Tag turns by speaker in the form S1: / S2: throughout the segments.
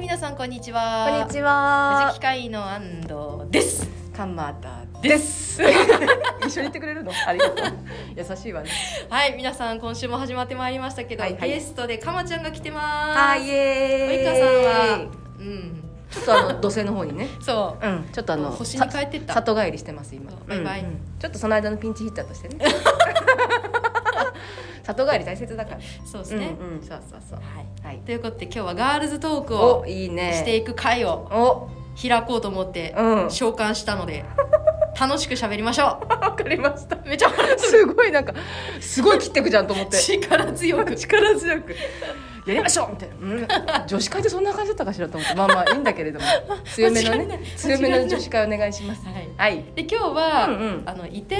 S1: 皆さんこんにちは。
S2: こんにち
S1: は。
S2: は
S1: 無。会の安藤です。カンマータです。
S2: 一緒に行ってくれるの？ありがとう。優しいわね。
S1: はい、皆さん今週も始まってまいりましたけど、
S2: はいはい
S1: ゲストでかまちゃんが来てます。
S2: はい、イ
S1: 及川
S2: エ
S1: さん
S2: ーイ
S1: は、うん、
S2: ちょっとあの土星の方にね。
S1: そう。
S2: うん。ちょっとあの
S1: 星に帰ってった
S2: さ里帰りしてます今
S1: そう。バイバイ
S2: うんちょっとその間のピンチヒッターと してね。里帰り大切だから。
S1: そうですね。
S2: うんうんそうそうそう。
S1: はい。
S2: はい。
S1: ということで今日はガールズトーク
S2: お
S1: を
S2: いいね。
S1: していく会を
S2: お
S1: 開こうと思って
S2: うん。
S1: 召喚したので、楽しく喋りまし ょ
S2: わかりました。
S1: う。めちゃ
S2: すごいなんかすごい切ってくじゃんと思 って。
S1: 力強く。
S2: 力強くやりましょうみたいな、うん、女子会ってそんな感じだったかしらと思ってまあまあいいんだけれども強めの
S1: 間違い
S2: ね
S1: ない
S2: 強めの女子会お願いします
S1: はい。
S2: はい
S1: で今日は、
S2: うんうん
S1: あの移転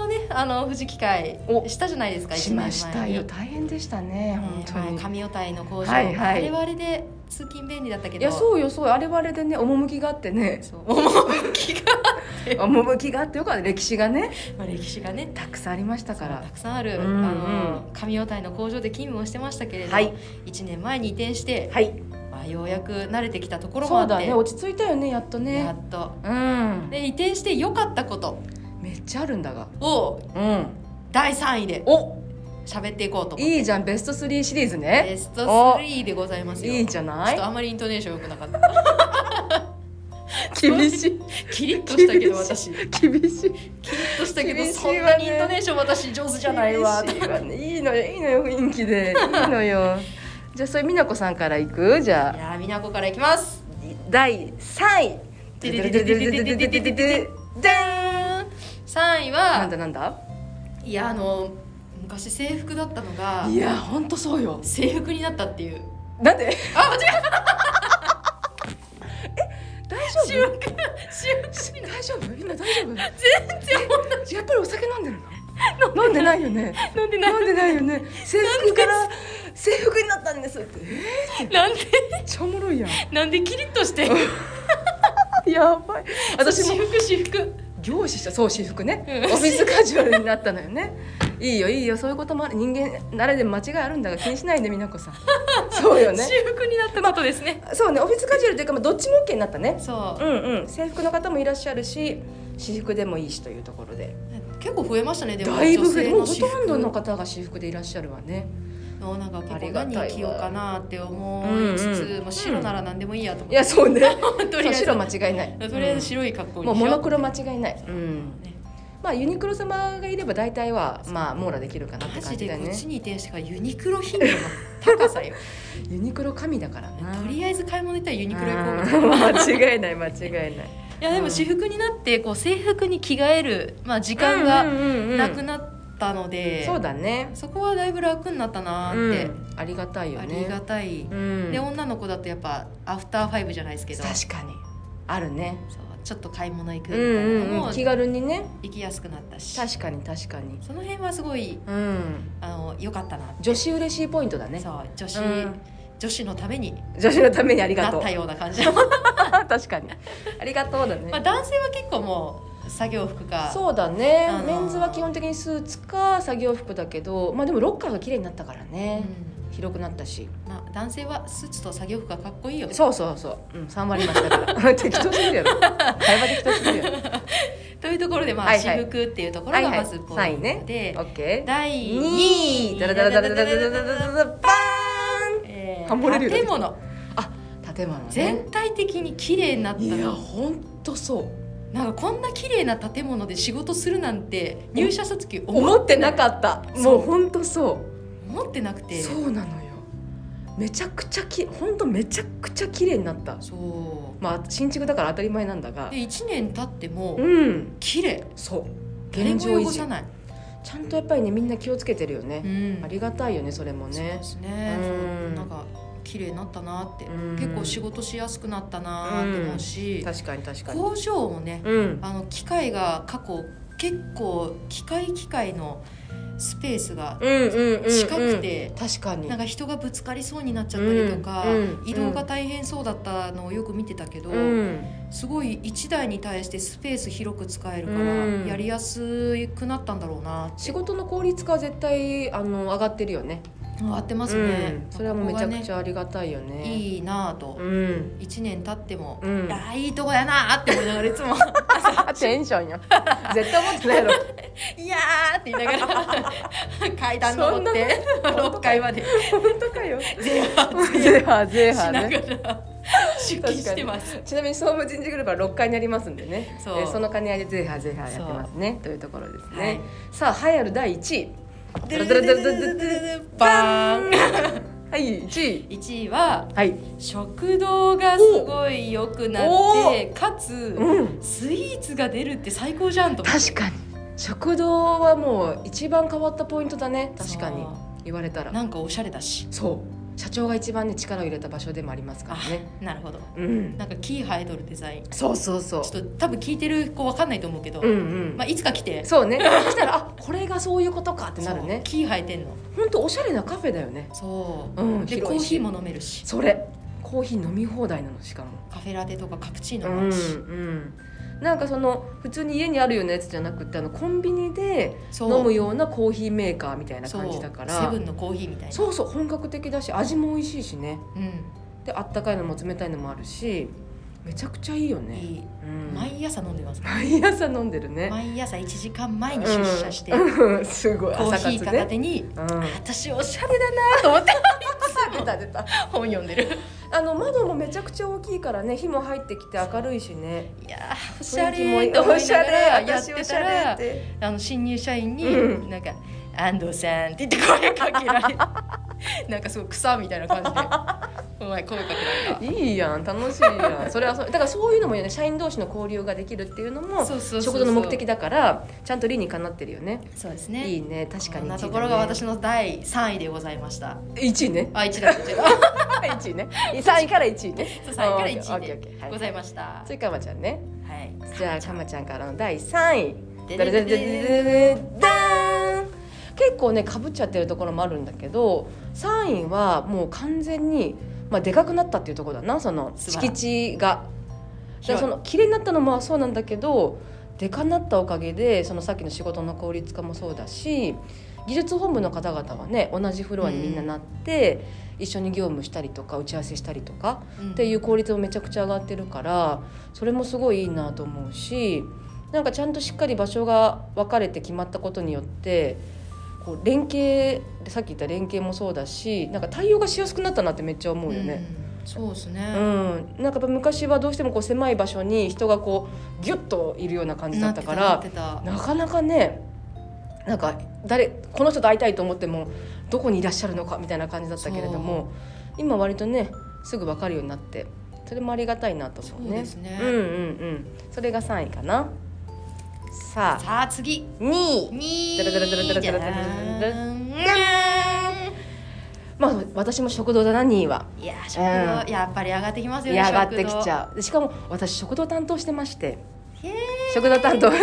S1: をねあの富士機会
S2: お
S1: したじゃないですか
S2: しましたよ
S1: 1年
S2: 大変でした
S1: 前
S2: ね本
S1: に
S2: 当
S1: えー
S2: に、
S1: まあ神代台の工場、
S2: はいはい
S1: あれはあれで通勤便利だったけど
S2: いやそうよそうよあれはあれでね趣があってね
S1: そう趣が、
S2: 趣があってよかった歴史がね
S1: まあ、歴史がね
S2: たくさんありました
S1: た
S2: から
S1: たくさんある、
S2: うんうん
S1: あの神代台の工場で勤務をしてましたけれど、
S2: はい
S1: 1年前に移転して、
S2: はい
S1: まあ、ようやく慣れてきたところもあ
S2: そう
S1: って
S2: だね落ち着いたよねやっと
S1: や
S2: ね
S1: っと
S2: うん
S1: で移転して良かったこと
S2: めっちゃあるんだが
S1: を
S2: うん
S1: 第3位で
S2: お
S1: 喋っていこうと思って
S2: いいじゃんベスト3シリーズね
S1: ベスト3でございますよ
S2: いいじゃな
S1: ちょっ
S2: い
S1: とあまりイントネーション良くなかった
S2: 厳しい
S1: キリッとしたけど
S2: 厳し
S1: 私キリ
S2: 厳しい
S1: ッとしたけど
S2: 厳しい
S1: そ
S2: わね
S1: んなにイントネーション私上手じゃないわ
S2: 厳しいわねいいのよいいのよ雰囲気でいいのよじゃあそれ美奈子さんからいくじ
S1: い
S2: ゃあ
S1: やーみなこからいきます
S2: 第三位
S1: ててててててててててて
S2: じゃ
S1: 3位
S2: ーんなん
S1: は
S2: だなんだ
S1: いやあの昔制服だったのが
S2: いやほんとそうよ
S1: 制服になったっていう
S2: なんで
S1: あ間違え
S2: 大
S1: た
S2: 丈夫
S1: 修
S2: 大丈夫みんな大丈夫
S1: 全然
S2: やっぱりお酒飲んでるの飲んでないよね
S1: 飲んでない
S2: 飲んでないよね制服から制服になったんですってえ
S1: なんで
S2: めっちゃおもろいやん
S1: なんでキリッとして
S2: やばい 私
S1: 私私
S2: も
S1: 服私服
S2: 凝視したそう私服ね、
S1: うん
S2: オフィスカジュアルになったのよね いいよいいよそういうこともある人間慣れで間違いあるんだが気にしないで美奈 子さんそうよね
S1: 私服になったことですね
S2: そうねオフィスカジュアルというか、まあ、どっちも OK になったね
S1: そう
S2: う、んうん制服の方もいらっしゃるし私服でもいいしというところで
S1: 結構増えましたねでも
S2: だいぶ増えも
S1: 女
S2: うほ
S1: 性の私服
S2: とんどの方が私服でいらっしゃるわね
S1: もうなんか結構
S2: ありがたい
S1: 何
S2: わ
S1: 着ようかなって思いつつ、
S2: うんうん
S1: もう白なら何でもいいやと
S2: い
S1: 思って、
S2: やそうね
S1: とりあえず
S2: そう白間違いない
S1: とりあえず白い格好
S2: うん
S1: に
S2: もうモノクロ間
S1: マ
S2: 違いない、うん、
S1: ね、
S2: まあユニクロ様がいれば大体はまあ網羅できるかなって
S1: マ
S2: 感
S1: ジ
S2: じ
S1: で
S2: だよ
S1: こ
S2: ね
S1: っちに移転してからユニクロ頻度の高 さよ
S2: ユニクロ神だからな
S1: とりあえず買い物行ったらユニクロ行こうみたいな
S2: 間違いない間違いない
S1: いやでも私服になってこう制服に着替える、まあ、時間がなく
S2: っ
S1: なったので、
S2: そうだね
S1: そこはだいぶ楽になったな
S2: う
S1: ーって、
S2: んありがたいよ
S1: あ
S2: ね
S1: りがたい、
S2: うん
S1: で女の子だとやっぱアフターファイブじゃないですけど
S2: 確かにあるね
S1: そうちょっと買い物行くみ
S2: うん
S1: たいなの
S2: うん
S1: も
S2: うん気軽にね
S1: 行きやすくなったし
S2: 確かに確かに
S1: その辺はすごい
S2: うん
S1: あの良かったな、
S2: 女子嬉しいポイントだね
S1: そう女子、
S2: うん
S1: 女子のために
S2: 女子のためにあり
S1: な
S2: がと
S1: っ
S2: う
S1: たような感じ
S2: 確かにありがとう
S1: ま
S2: だ
S1: あ
S2: ね
S1: 男性は結構もう作業服か
S2: そうだね
S1: あのー
S2: メンズは基本的にスーツか作業服だけどまあでもロッカーが綺麗になったから
S1: うん
S2: ね広くなったし
S1: まあ、男性はスーツと作業服がかっこいいよ
S2: そうそうそう、うん、3割増したから適当すぎるやろ会話適当すぎるやろ
S1: というところで、まあ
S2: はいはい
S1: 私服っていうところがまずポイントで、
S2: オッケー。
S1: 第
S2: 二
S1: 2
S2: 位
S1: 位
S2: ダラダラダラダラダラダラダラバ
S1: え
S2: ハモれる
S1: ー
S2: よ
S1: 建物
S2: ーン。建物ね。
S1: 全体的に綺麗になった
S2: いや
S1: の
S2: 本当そう。
S1: なんかこんな綺麗な建物で仕事するなんて入社した時思
S2: 思ってなかった。
S1: そ
S2: も
S1: う
S2: う本当そ
S1: 思ってなく
S2: う。
S1: て
S2: そうなのよ。めちゃくちゃき本当めちゃくちゃ綺麗になった。
S1: そう
S2: まあ新築だから当たり前なんだが
S1: で。1年経っても
S2: うん。
S1: 綺麗
S2: そう。
S1: 誰
S2: 現
S1: も
S2: 状維
S1: 汚
S2: 持
S1: さ。ない、
S2: ちゃんとやっぱりねみんな気をつけてるよね。
S1: ん
S2: ありがたいよねそれも
S1: そう
S2: ね
S1: で。すね
S2: うん
S1: なんか綺麗になったなって
S2: うん
S1: 結構仕事しやすくなったなって思うし
S2: 確かに確かに。
S1: 工場もね
S2: うん。
S1: あの機械が過去結構機械機械のスペースが
S2: うんうんうんうん。
S1: 近く。て
S2: 確かに
S1: なん。か人がぶつかりそうになっちゃったりとか
S2: うんうん
S1: 移動が大変そうだったのをよく見てたけど
S2: うん。
S1: すごい1台に対してスペース広く使えるか
S2: うん
S1: らやりやすくなったんだろうなって
S2: 仕事の効率化は絶対あの上がってるよね
S1: 合ってますね、
S2: うんそれはもうめちゃくち
S1: ゃ
S2: ゃありがたいよね
S1: いいなぁと、
S2: うん
S1: 一年経っても、
S2: うん
S1: いやいいとこやなぁって思いながらいつも
S2: あテンションよ 絶対思ってないやろ
S1: いやーって言いながら 階段登っ
S2: そ
S1: て6階 まで
S2: 本当かよ
S1: ゼーハー
S2: ゼーハーゼー
S1: し
S2: ハー
S1: ながら
S2: ね
S1: 出勤してます
S2: ちなみに総務人事グループは6階にありますんでね
S1: そう
S2: えーその兼ね合いでゼーハーゼーハーやってますねというところですね、
S1: はい
S2: さあ栄えある第1位
S1: ドゥルドゥルドゥルドゥルドゥルドゥルバーン
S2: はい1位
S1: 1位は
S2: はい、
S1: 食堂がすごい良くなってかつ
S2: うん、
S1: スイーツが出るって最高じゃんと思って
S2: 確かに食堂はもう一番変わったポイントだね確かに
S1: そ
S2: 言われたら
S1: うなんかおしゃれだし
S2: そう社長が一番ね力を入れた場所でもありますからね
S1: なるほど
S2: うん
S1: なんかキー生えとるデザインち
S2: そうそうそう
S1: ょっと多分聞いてる子わかんないと思うけど、
S2: うんうん、
S1: まあ、いつか来て
S2: そう ね来たらあこれがそういうことかってなる
S1: そう
S2: ね
S1: キー生えてんの
S2: 本当おしゃれなカフェだよね
S1: そう、
S2: うん
S1: でコ
S2: 広
S1: ー
S2: いし
S1: ヒーも飲めるし
S2: それコーヒー飲み放題なのしかも
S1: カフェラテとかカプチーノ
S2: う
S1: もあ
S2: んう
S1: るし、
S2: んなんかその普通に家にあるようなやつじゃなくてあのコンビニで
S1: そう
S2: 飲むようなコーヒーメーカーみたいな感じだか
S1: そうセ
S2: ら
S1: ブンのコーヒーみたいな
S2: そうそう本格的だし味も美味しいしね
S1: うん、
S2: であったかいのも冷たいのもあるしめちゃくちゃいいよね、
S1: いい
S2: うん、
S1: 毎朝飲んでます
S2: 毎朝飲んでるね
S1: 毎朝1時間前に出社して、
S2: うん すごい
S1: コー
S2: 朝
S1: ヒー
S2: 活
S1: 片
S2: ね
S1: 手に、
S2: うん
S1: 私おしゃれだなと思って
S2: 出た出た
S1: 本読んでる
S2: あの窓もめちゃくちゃ大きいからね火も入ってきて明るいしね
S1: いやーおしゃれ
S2: 雰囲
S1: ー
S2: 気も
S1: と思
S2: お
S1: い
S2: し
S1: な
S2: ゃ
S1: が
S2: れ
S1: らやっ
S2: 私お
S1: て
S2: したゃれっ
S1: ら
S2: て
S1: あの新入社員に、
S2: うん
S1: なんか「安藤さん」って言って声かけ られてなんかすごい草みたいな感じでお前声かけられ
S2: いいやん楽しいや んそれはそうだからそういうのもいいよね社員同士の交流ができるっていうの
S1: た
S2: も
S1: そうそうそうそう
S2: 食堂の目的だからちゃんと理にかなってるよね
S1: そうですね
S2: いいね確か
S1: こん
S2: に
S1: なところが私の第3位でございました
S2: 1 位ね
S1: あ1だ1
S2: 1位ね3位から1位ね
S1: 3位から1
S2: オッ
S1: 位
S2: ケーオッ
S1: で
S2: ケーオッケーはい
S1: ございました
S2: それかまちゃんね
S1: はい
S2: じゃあかまちゃんからの第3位
S1: で
S2: ダ
S1: でで
S2: ラダラ
S1: で
S2: ダラ
S1: で
S2: ダラダーン結構ねかぶっちゃってるところもあるんだけど3位はもう完全に、まあ、でかくなったっていうところだなその
S1: 素晴らしい
S2: 敷地が。だから
S1: 広
S2: そ
S1: い
S2: の綺麗になったのもそうなんだけどでかなったおかげでそのさっきの仕事の効率化もそうだし技術本部の方々はね同じフロアにみんななって、一緒に業務したりとか打ち合わせしたりとか
S1: うん
S2: っていう効率もめちゃくちゃ上がってるからそれもすごいいいなと思うしなんかちゃんとしっかり場所が分かれて決まったことによってこう連携さっき言った連携もそうだしなんか対応がしやすくなったなってめっちゃ思うよね。
S1: うんそうですね、
S2: うん、なんかやっぱ昔はどうしてもこう狭い場所に人がこうギュッといるような感じだったか
S1: なっ
S2: ら
S1: てたなって
S2: なかなかねなんか誰この人と会いたいと思ってもどこにいらっしゃるのかみたいな感じだったけれども今割とねすぐ分かるようになってそれもありがたいなと
S1: たそう
S2: 思うね
S1: ですね、
S2: うんうんうんそれが3位かなさあ
S1: さあ次
S2: 2位
S1: に
S2: ダラダラダラダラダラダラダラまあ私も食堂だな2位はい
S1: や食堂、やっぱり上がってきますよね
S2: 嫌がってきち
S1: う
S2: ゃうしかも私食堂担当してまして
S1: へー
S2: 食堂担当 イ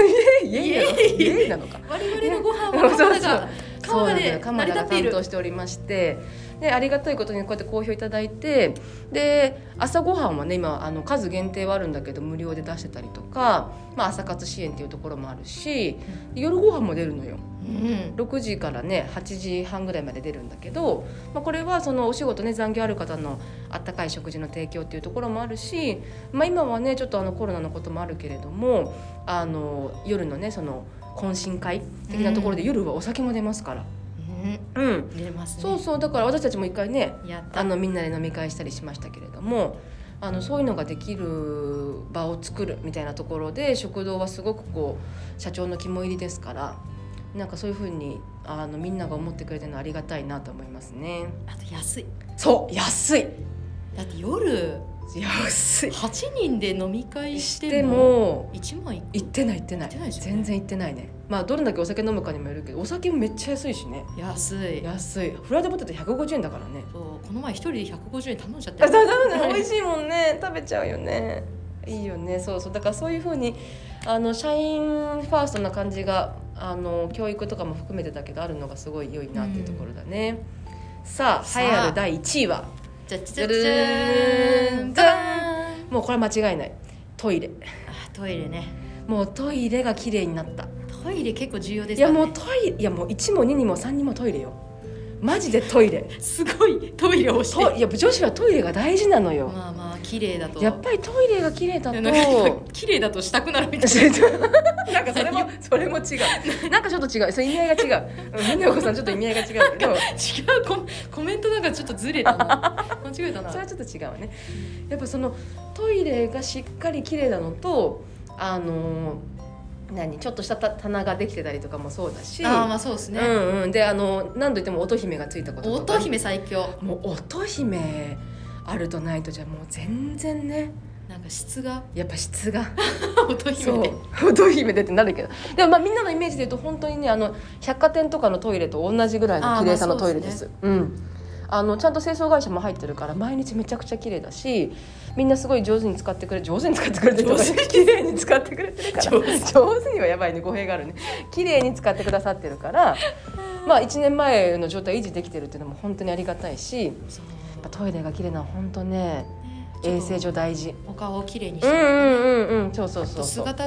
S2: エイイエイ
S1: イエイ
S2: イエイなのか
S1: 我々のご飯
S2: そう
S1: は
S2: そう
S1: 鎌
S2: そ
S1: 田
S2: う
S1: が
S2: そう
S1: 鎌田で成
S2: なんだよ鎌
S1: り
S2: 田
S1: 立
S2: が
S1: ってい
S2: 担
S1: る
S2: 当しておりましてでありがたいことにこうやって好評いただいてで朝ごはんはね今あの数限定はあるんだけど無料で出してたりとか、まあ、朝活支援っていうところもあるしで夜ごはんも出るのよ
S1: うん
S2: 6時からね8時半ぐらいまで出るんだけど、まあ、これはそのお仕事ね残業ある方のあったかい食事の提供っていうところもあるし、まあ、今はねちょっとあのコロナのこともあるけれどもあの夜のねその懇親会的なところで
S1: う
S2: 夜はお酒も出ますか
S1: う
S2: ら。
S1: ん
S2: うん
S1: 入れますね
S2: そうそうだから私たちも一回ね
S1: やった
S2: あのみんなで飲み会したりしましたけれどもあのそういうのができる場を作るみたいなところで食堂はすごくこう社長の肝入りですからなんかそういうふうにあのみんなが思ってくれてるのはありがたいなと思いますね
S1: あと安い
S2: そう安い
S1: だって夜
S2: 安い
S1: 8人で飲み会し
S2: して
S1: ても
S2: も
S1: 1万いく
S2: 行ってない行ってない
S1: 行ってないですよね
S2: 全然行ってないねまあどれだけお酒飲むかにもよるけどお酒もめっちゃ安いしね
S1: 安い
S2: 安いフライドポテト150円だからね
S1: そうこの前一人で150円頼んじゃっ
S2: あ
S1: た
S2: だだだ美味しいもんね食べちゃうよねいいよねそうそうだからそういうふうにあの社員ファーストな感じがあの教育とかも含めてだけどあるのがすごい良いなっていうところだね、さあ
S1: さあ
S2: 栄えある第1位は
S1: じゃじゃじゃじゃーんバーン
S2: もうこれは間違いないトイレ
S1: あトイレね
S2: もうトイレが綺麗になった
S1: トイレ結構重要で
S2: い
S1: すか
S2: や
S1: らね
S2: もうトイレいやもう1も2にも3にもトイレよマジでトイレ
S1: すごいトイレをして
S2: といや女子はトイレが大事なのよ、
S1: まあまあ綺麗だと
S2: やっぱりトイレが綺麗だと
S1: なんか 綺麗だとしたくなるみたいな
S2: なんかそれもそれも違う なんかちょっと違うそれ意味合いが違ううんみんなお子さんちょっと意味合いが違 うけど
S1: 違うココメントなんかちょっとずれ たな間違えたな
S2: それはちょっと違うねやっぱそのトイレがしっかり綺麗なのとあの何ちょっとしたた棚ができてたりとかもそうだし
S1: ああまあそうですね、
S2: うんうん、であの何度言っても乙姫がついたこととか
S1: 乙姫最強
S2: もう乙姫あるとないとじゃもう全然ね
S1: なんか質 が
S2: やっぱ質が
S1: 乙
S2: そ
S1: 姫で
S2: う乙姫でってなる けどでもまあみんなのイメージで言うと本当にねあの百貨店とかのトイレと同じぐらいの綺麗さのトイレです。うんあのちゃんと清掃会社も入ってるから毎日めちゃくちゃ綺麗だしみんなすごい上手に使ってくれ上手に使ってくれてるとか
S1: 上手
S2: 綺麗に使ってくれてるから
S1: 上
S2: 上手にはやばいね語弊があるね綺麗に使ってくださってる からまあ1年前の状態維持できてるっていうのも本当にありがたいしや
S1: そう
S2: っぱトイレが綺麗なのは本当ね
S1: ね
S2: 衛生上大事
S1: お顔を綺麗にして、
S2: うんうんうんうんそうそう
S1: あ
S2: そ
S1: と
S2: うそう
S1: 姿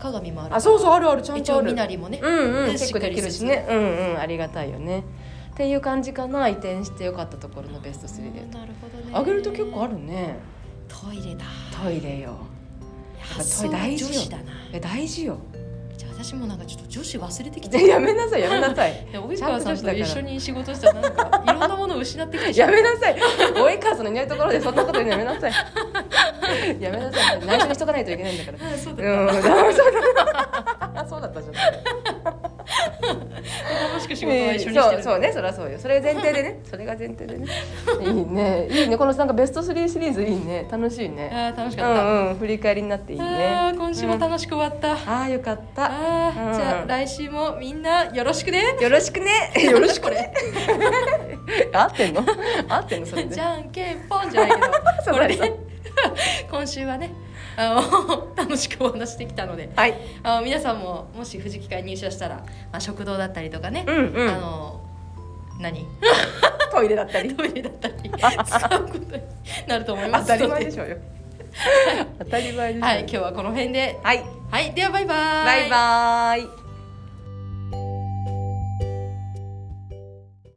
S1: 鏡もある
S2: あそうそうあるあるちゃん
S1: 一
S2: とあ
S1: 応
S2: る
S1: 身なりもね、
S2: うんうん、
S1: ね
S2: チェックできるしねうんうんありがたいよねっていう感じかな移転してよかったところのベスト3で言うと
S1: なるほどね
S2: あげると結構あるね
S1: トイレだ
S2: トイレよ
S1: やっぱトイレ大事よ女子だな
S2: え大事よ
S1: じゃあ私もなんかちょっと女子忘れてきて
S2: やめなさいやめなさい
S1: 及川さんと一緒に仕事したらなんかいろんなものを失ってきてしま
S2: や
S1: う
S2: めなさい及川さんのいないところでそんなこと言うのやめなさい やめなさい内緒にしとかないといけないんだから
S1: あそうだった、
S2: うんダメそうだ そうだったじゃん
S1: 楽しく仕事は一緒にしてる、
S2: そうそうねそりゃそうよそれ前提で ねそれが前提でねいいねいいねこのなんかベスト3シリーズいいね楽しい
S1: あ
S2: ね
S1: ー楽し
S2: う
S1: かった、
S2: んうん振り返りになっていい
S1: あ
S2: ね
S1: ー今週も楽しく終わった、あ
S2: ああよかった
S1: あ
S2: うん
S1: じゃあ来週もみんなよろしくね
S2: よろしくねよろしく ね合ってん の合ってんのそれで
S1: じゃんけんぽんじゃないけど
S2: そう
S1: これ
S2: そう
S1: で今週はねあの楽しくお話できたので
S2: はい
S1: あの皆さんももし富士機会入社したら、まあ、食堂だったりとかね、
S2: うんう
S1: あ
S2: ん
S1: の何
S2: トイレだった り
S1: トイレだったり使うことになると思いま
S2: 当
S1: すの
S2: た
S1: で
S2: り前でしょうよ 当たり前でしょう
S1: は
S2: よ
S1: い今日はこの辺で
S2: はい
S1: はいではバイバーイ
S2: バイバーイ